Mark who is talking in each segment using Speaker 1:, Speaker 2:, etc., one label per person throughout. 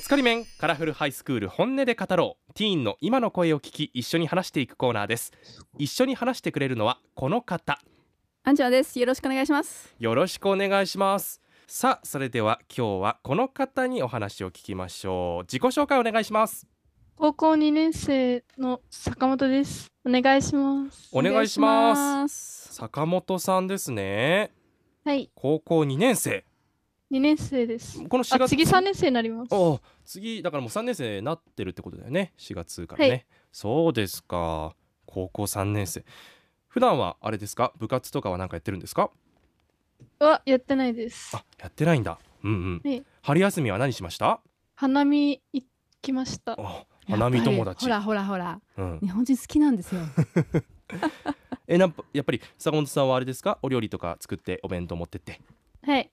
Speaker 1: つかり面カラフルハイスクール本音で語ろうティーンの今の声を聞き一緒に話していくコーナーです一緒に話してくれるのはこの方
Speaker 2: アンジュアですよろしくお願いします
Speaker 1: よろしくお願いしますさあそれでは今日はこの方にお話を聞きましょう自己紹介お願いします
Speaker 3: 高校2年生の坂本です。お願いします。
Speaker 1: お願いします
Speaker 2: す
Speaker 1: 坂本さんですね
Speaker 3: はい、
Speaker 1: 高校2年生
Speaker 3: 2年生です。
Speaker 1: この4
Speaker 3: あ、
Speaker 1: 月
Speaker 3: 次3年生になります。
Speaker 1: おう次だからもう3年生になってるってことだよね4月からね、
Speaker 3: はい
Speaker 1: そうですか高校3年生普段はあれですか部活とかは何かやってるんですか
Speaker 3: はやってないです
Speaker 1: あ。やってないんだうんうん、
Speaker 3: はい
Speaker 1: 春休みは何しました
Speaker 3: 花見行きました。
Speaker 1: あ花見友達
Speaker 2: ほらほらほら
Speaker 1: うん、
Speaker 2: 日本人好きなんですよ
Speaker 1: えなんぱやっぱり坂本さんはあれですかお料理とか作ってお弁当持ってって
Speaker 3: はい。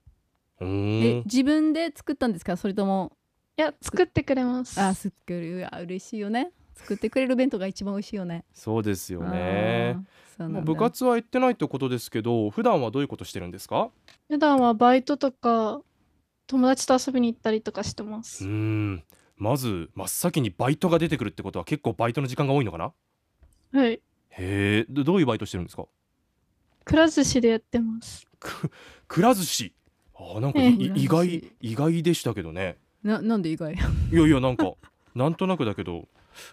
Speaker 1: う
Speaker 2: え
Speaker 1: ーん
Speaker 2: 自分で作ったんですかそれとも
Speaker 3: いや、作ってくれます。
Speaker 2: あすっくるあ嬉しいよね作ってくれる弁当が一番美味しいよね
Speaker 1: そうですよね
Speaker 2: あーそうなん
Speaker 1: ま
Speaker 2: だ
Speaker 1: あ部活は行ってないってことですけど普段はどういうことしてるんですか
Speaker 3: 普段はバイトとか、友達と遊びに行ったりとかしてま
Speaker 1: うー
Speaker 3: す。
Speaker 1: んまず真っ先にバイトが出てくるってことは結構バイトの時間が多いのかな
Speaker 3: はい。
Speaker 1: へえどどういうバイトしてるんですか
Speaker 3: くら寿司でやってます。
Speaker 1: くくら寿司あーなんかい
Speaker 3: ええ
Speaker 1: い意
Speaker 2: くら寿
Speaker 1: 外意外でしたけどね
Speaker 2: ななんで意外
Speaker 1: いやいやなんかなんとなくだけど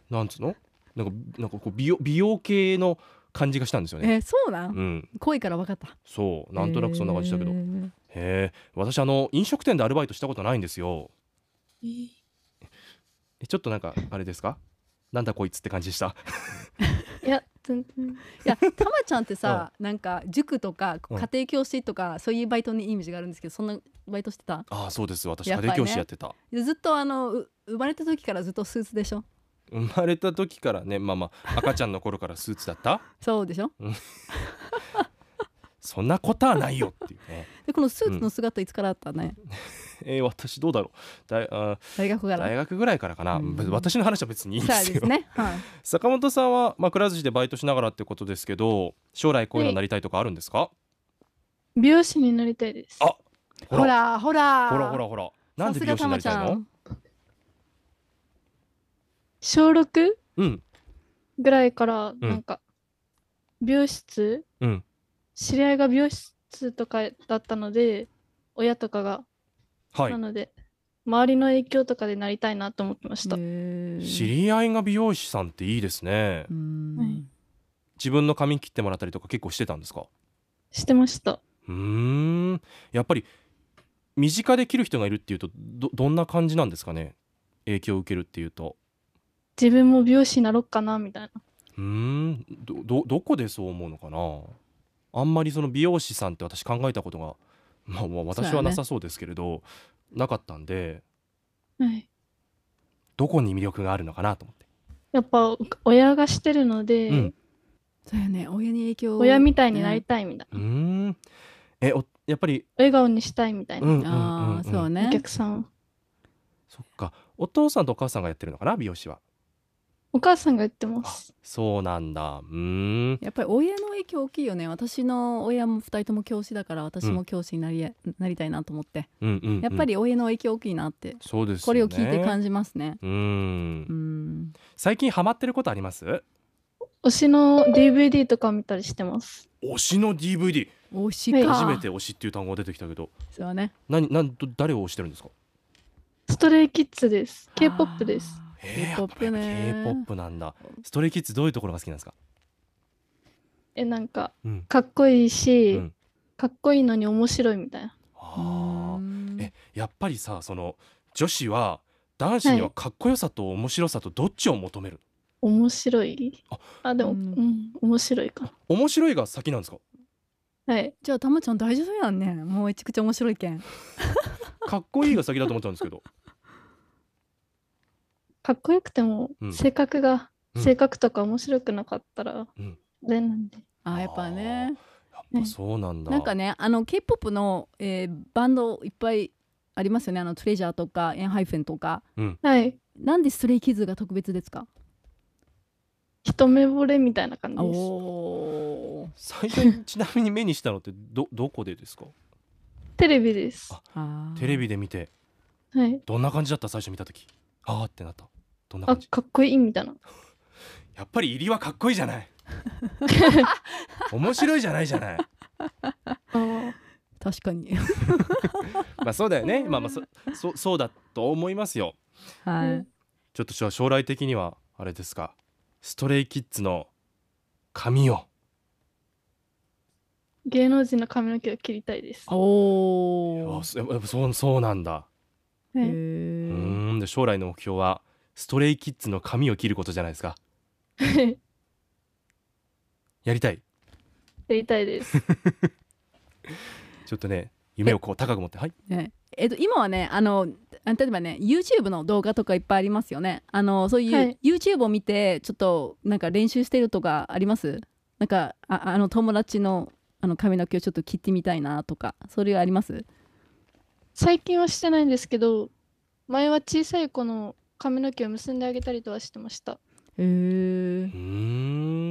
Speaker 1: なんつうのなんかなんかこう美容美容系の感じがしたんですよね
Speaker 2: えそうな
Speaker 1: うんん
Speaker 2: 濃いから分かった
Speaker 1: そうなんとなくそんな感じだけど
Speaker 2: え
Speaker 1: へ
Speaker 2: ー
Speaker 1: え私あの飲食店でアルバイトしたことないんですよえちょっとなんかあれですかなんだこいつって感じでした
Speaker 3: いや、全然。
Speaker 2: いやたまちゃんってさ、なんか塾とか家庭教師とか、そういうバイトにイメージがあるんですけどそんなバイトしてた
Speaker 1: ああそうです私
Speaker 2: や
Speaker 1: 家
Speaker 2: っぱり
Speaker 1: 庭
Speaker 2: ね
Speaker 1: 教師やってた、
Speaker 2: でずっとあのう生まれた時からずっとスーツでしょ
Speaker 1: 生まれた時からねまあまあ赤ちゃんの頃からスーツだった
Speaker 2: そうでしょ
Speaker 1: そんなことはないよっていうね
Speaker 2: でこのスーツの姿いつからあったね、
Speaker 1: えー私どうだろう大あ
Speaker 2: 大学か
Speaker 1: ー大
Speaker 2: ら
Speaker 1: 学ぐらいからかな、
Speaker 2: うん
Speaker 1: 私の話は別にいいんで
Speaker 2: そう
Speaker 1: す
Speaker 2: で
Speaker 1: よ
Speaker 2: すね、はい、
Speaker 1: 坂本さんは、まあ、くら寿司でバイトしながらってことですけど将来こういうのになりたいとかあるんですか
Speaker 3: 美容師になりたいです。
Speaker 1: あ
Speaker 2: ほらほら
Speaker 1: ほらほらほらなんで美容師になりたい
Speaker 2: さすがたまちゃ
Speaker 1: の
Speaker 2: ん
Speaker 3: 小 6?
Speaker 1: うん
Speaker 3: ぐらいからなんか、美容室、
Speaker 1: うん
Speaker 3: 知り合いが美容室とかだったので親とかが、
Speaker 1: はい
Speaker 3: なので周りの影響とかでなりたいなと思ってました、
Speaker 2: へー
Speaker 1: 知り合いが美容師さんっていいですね
Speaker 2: うん
Speaker 3: はい
Speaker 1: 自分の髪切ってもらったりとか結構してたんですか
Speaker 3: してました
Speaker 1: うーんやっぱり身近で切る人がいるっていうとどどんな感じなんですかね影響を受けるっていうと
Speaker 3: 自分も美容師になろっかなみたいな
Speaker 1: うーんどどどこでそう思うのかなあんまりその美容師さんって私考えたことが、まあ、まあ私はなさそうですけれど、なかったんで
Speaker 3: はい
Speaker 1: どこに魅力があるのかなと思って。
Speaker 3: やっぱ親がしてるので、
Speaker 1: うん
Speaker 2: そうよね親に影響を
Speaker 3: 親みたいになりたいみたいうな、
Speaker 1: ーんえおやっぱり、
Speaker 3: 笑顔にしたいみたいな、
Speaker 1: うんうんうんう
Speaker 2: あ
Speaker 1: ん
Speaker 2: あそうね
Speaker 3: お客さんを
Speaker 1: そっかお父さんとお母さんがやってるのかな美容師は
Speaker 3: お母さんが言ってます
Speaker 1: そうなんだうーん
Speaker 2: やっぱり親の影響大きいよね私の親も2人とも教師だから私も教師になり,、なりたいなと思って
Speaker 1: うんうん、うん、
Speaker 2: やっぱり親の影響大きいなって、
Speaker 1: そうですよね
Speaker 2: これを聞いて感じますね
Speaker 1: うーん
Speaker 2: うん
Speaker 1: 最近ハマってることあります
Speaker 3: 推しの DVD とか見たりしてます
Speaker 1: 推しの DVD
Speaker 2: 推し
Speaker 3: はい
Speaker 2: か
Speaker 1: 初めて推しっていう単語が出てきたけど
Speaker 2: そうね
Speaker 1: 何何ど誰を推してるんですか
Speaker 3: ストレイキッズです K-POP です
Speaker 2: あー
Speaker 1: えー
Speaker 2: K-POP ね
Speaker 1: やっぱ K-POP なんだストレイキッズどういうところが好きなんですか
Speaker 3: えなんか
Speaker 1: うん
Speaker 3: かっこいいし、
Speaker 1: うん
Speaker 3: かっこいいのに面白いみたいな
Speaker 1: あー
Speaker 2: うん
Speaker 1: えやっぱりさその女子は男子にはかっこよさと面白さとどっちを求める、
Speaker 3: 面白い
Speaker 1: あ
Speaker 3: あで
Speaker 2: う
Speaker 3: もうんん、面白いか
Speaker 1: 面白いが先なんですか
Speaker 3: なはい
Speaker 2: じゃあたまちゃん大丈夫やんねもうめちゃくちゃ面白いけん
Speaker 1: かっこいいが先だと思ったんですけ ど
Speaker 3: かっこよくても
Speaker 1: うん
Speaker 3: 性格が、
Speaker 1: うん
Speaker 3: 性格とか面白くなかったら、
Speaker 1: うん
Speaker 3: あれなんで
Speaker 2: あーやっぱね
Speaker 1: やっぱそうなんだ
Speaker 2: なんかねあの K-POP の、えーバンドいっぱいありますよねあのトレジャーとかエンハイフェンとか
Speaker 3: はい
Speaker 2: なんでストレイキッズが特別ですか
Speaker 3: 一目惚れみたいな感じです
Speaker 2: お
Speaker 1: 最初にちなみに目にしたのってどどこでですか
Speaker 3: テレビです
Speaker 1: あテレビで見て
Speaker 3: はい。
Speaker 1: どんな感じだった最初見た時ああってなったどんな
Speaker 3: あ、
Speaker 1: 感じ
Speaker 3: かっこいいみたいな。
Speaker 1: やっぱり入りはかっこいいじゃ ない面白いじゃないじゃない
Speaker 3: あー
Speaker 2: 確かに
Speaker 1: まあそうだよねまあまあそそそうだと思いますよ
Speaker 2: は
Speaker 3: う
Speaker 2: い
Speaker 3: ん
Speaker 1: ちょっとじゃあ将来的にはあれですかストレイキッズの髪を
Speaker 3: 芸能人の髪の毛を切りたいです。
Speaker 2: お お
Speaker 1: あそやっぱやっぱそうそうなんだ
Speaker 2: へ
Speaker 3: はい。
Speaker 1: う
Speaker 2: え
Speaker 1: ーんで将来の目標はストレイキッズの髪を切ることじゃないですか
Speaker 3: や
Speaker 1: やりたい
Speaker 3: りたい です。
Speaker 1: ちょっとね夢をこう高く持ってはい
Speaker 2: ねえっと、今はねあのあ例えばね YouTube の動画とかいっぱいありますよねあのそういう、
Speaker 3: はい
Speaker 2: YouTube を見てちょっとなんか練習してるとかありますなんかああの友達のあの髪の毛をちょっと切ってみたいなとかそれはあります
Speaker 3: 最近はしてないんですけど、前は小さい子の髪の毛を結んであげたりとはしてました。
Speaker 2: へえ
Speaker 1: うー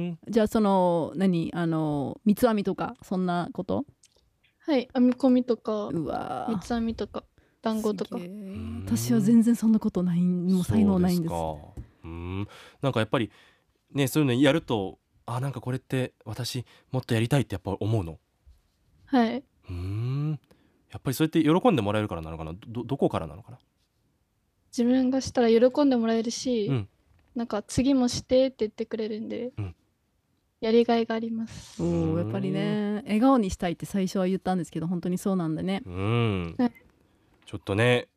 Speaker 1: ん
Speaker 2: じゃあその何あの三つ編みとかそんなこと
Speaker 3: はい。編み込みとか、
Speaker 2: うわー
Speaker 3: 三つ編みとか、団子とか
Speaker 2: す。げえ
Speaker 1: ん
Speaker 2: 私は全然そんなことないもう才能ないんです
Speaker 1: そうですかうーんなんかやっぱりねそういうのやるとあなんかこれって私もっとやりたいってやっぱ思うの
Speaker 3: はい。
Speaker 1: うーんやっぱりそうやって喜んでもらえるからなのかなどどこからなのかな
Speaker 3: 自分がしたら喜んでもらえるし、
Speaker 1: うん
Speaker 3: なんか次もしてって言ってくれるんで、
Speaker 1: うん
Speaker 3: やりがいがあります。
Speaker 2: お
Speaker 1: うん
Speaker 2: ーやっぱりね笑顔にしたいって最初は言ったんですけど本当にそうなんだね
Speaker 1: うーん
Speaker 3: はい
Speaker 1: ちょっとね、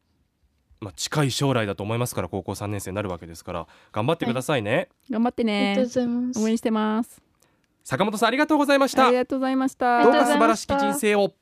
Speaker 1: まあ、近い将来だと思いますから高校3年生になるわけですから頑張ってくださいね、
Speaker 2: 頑張って
Speaker 3: あり
Speaker 2: ね
Speaker 3: がとうございます。
Speaker 2: 応援してます
Speaker 1: 坂本さんありがとうございました
Speaker 2: ありがとうございました
Speaker 3: あり
Speaker 1: どう
Speaker 3: がとうご
Speaker 1: か
Speaker 3: ざいました
Speaker 1: 素晴らしき人生を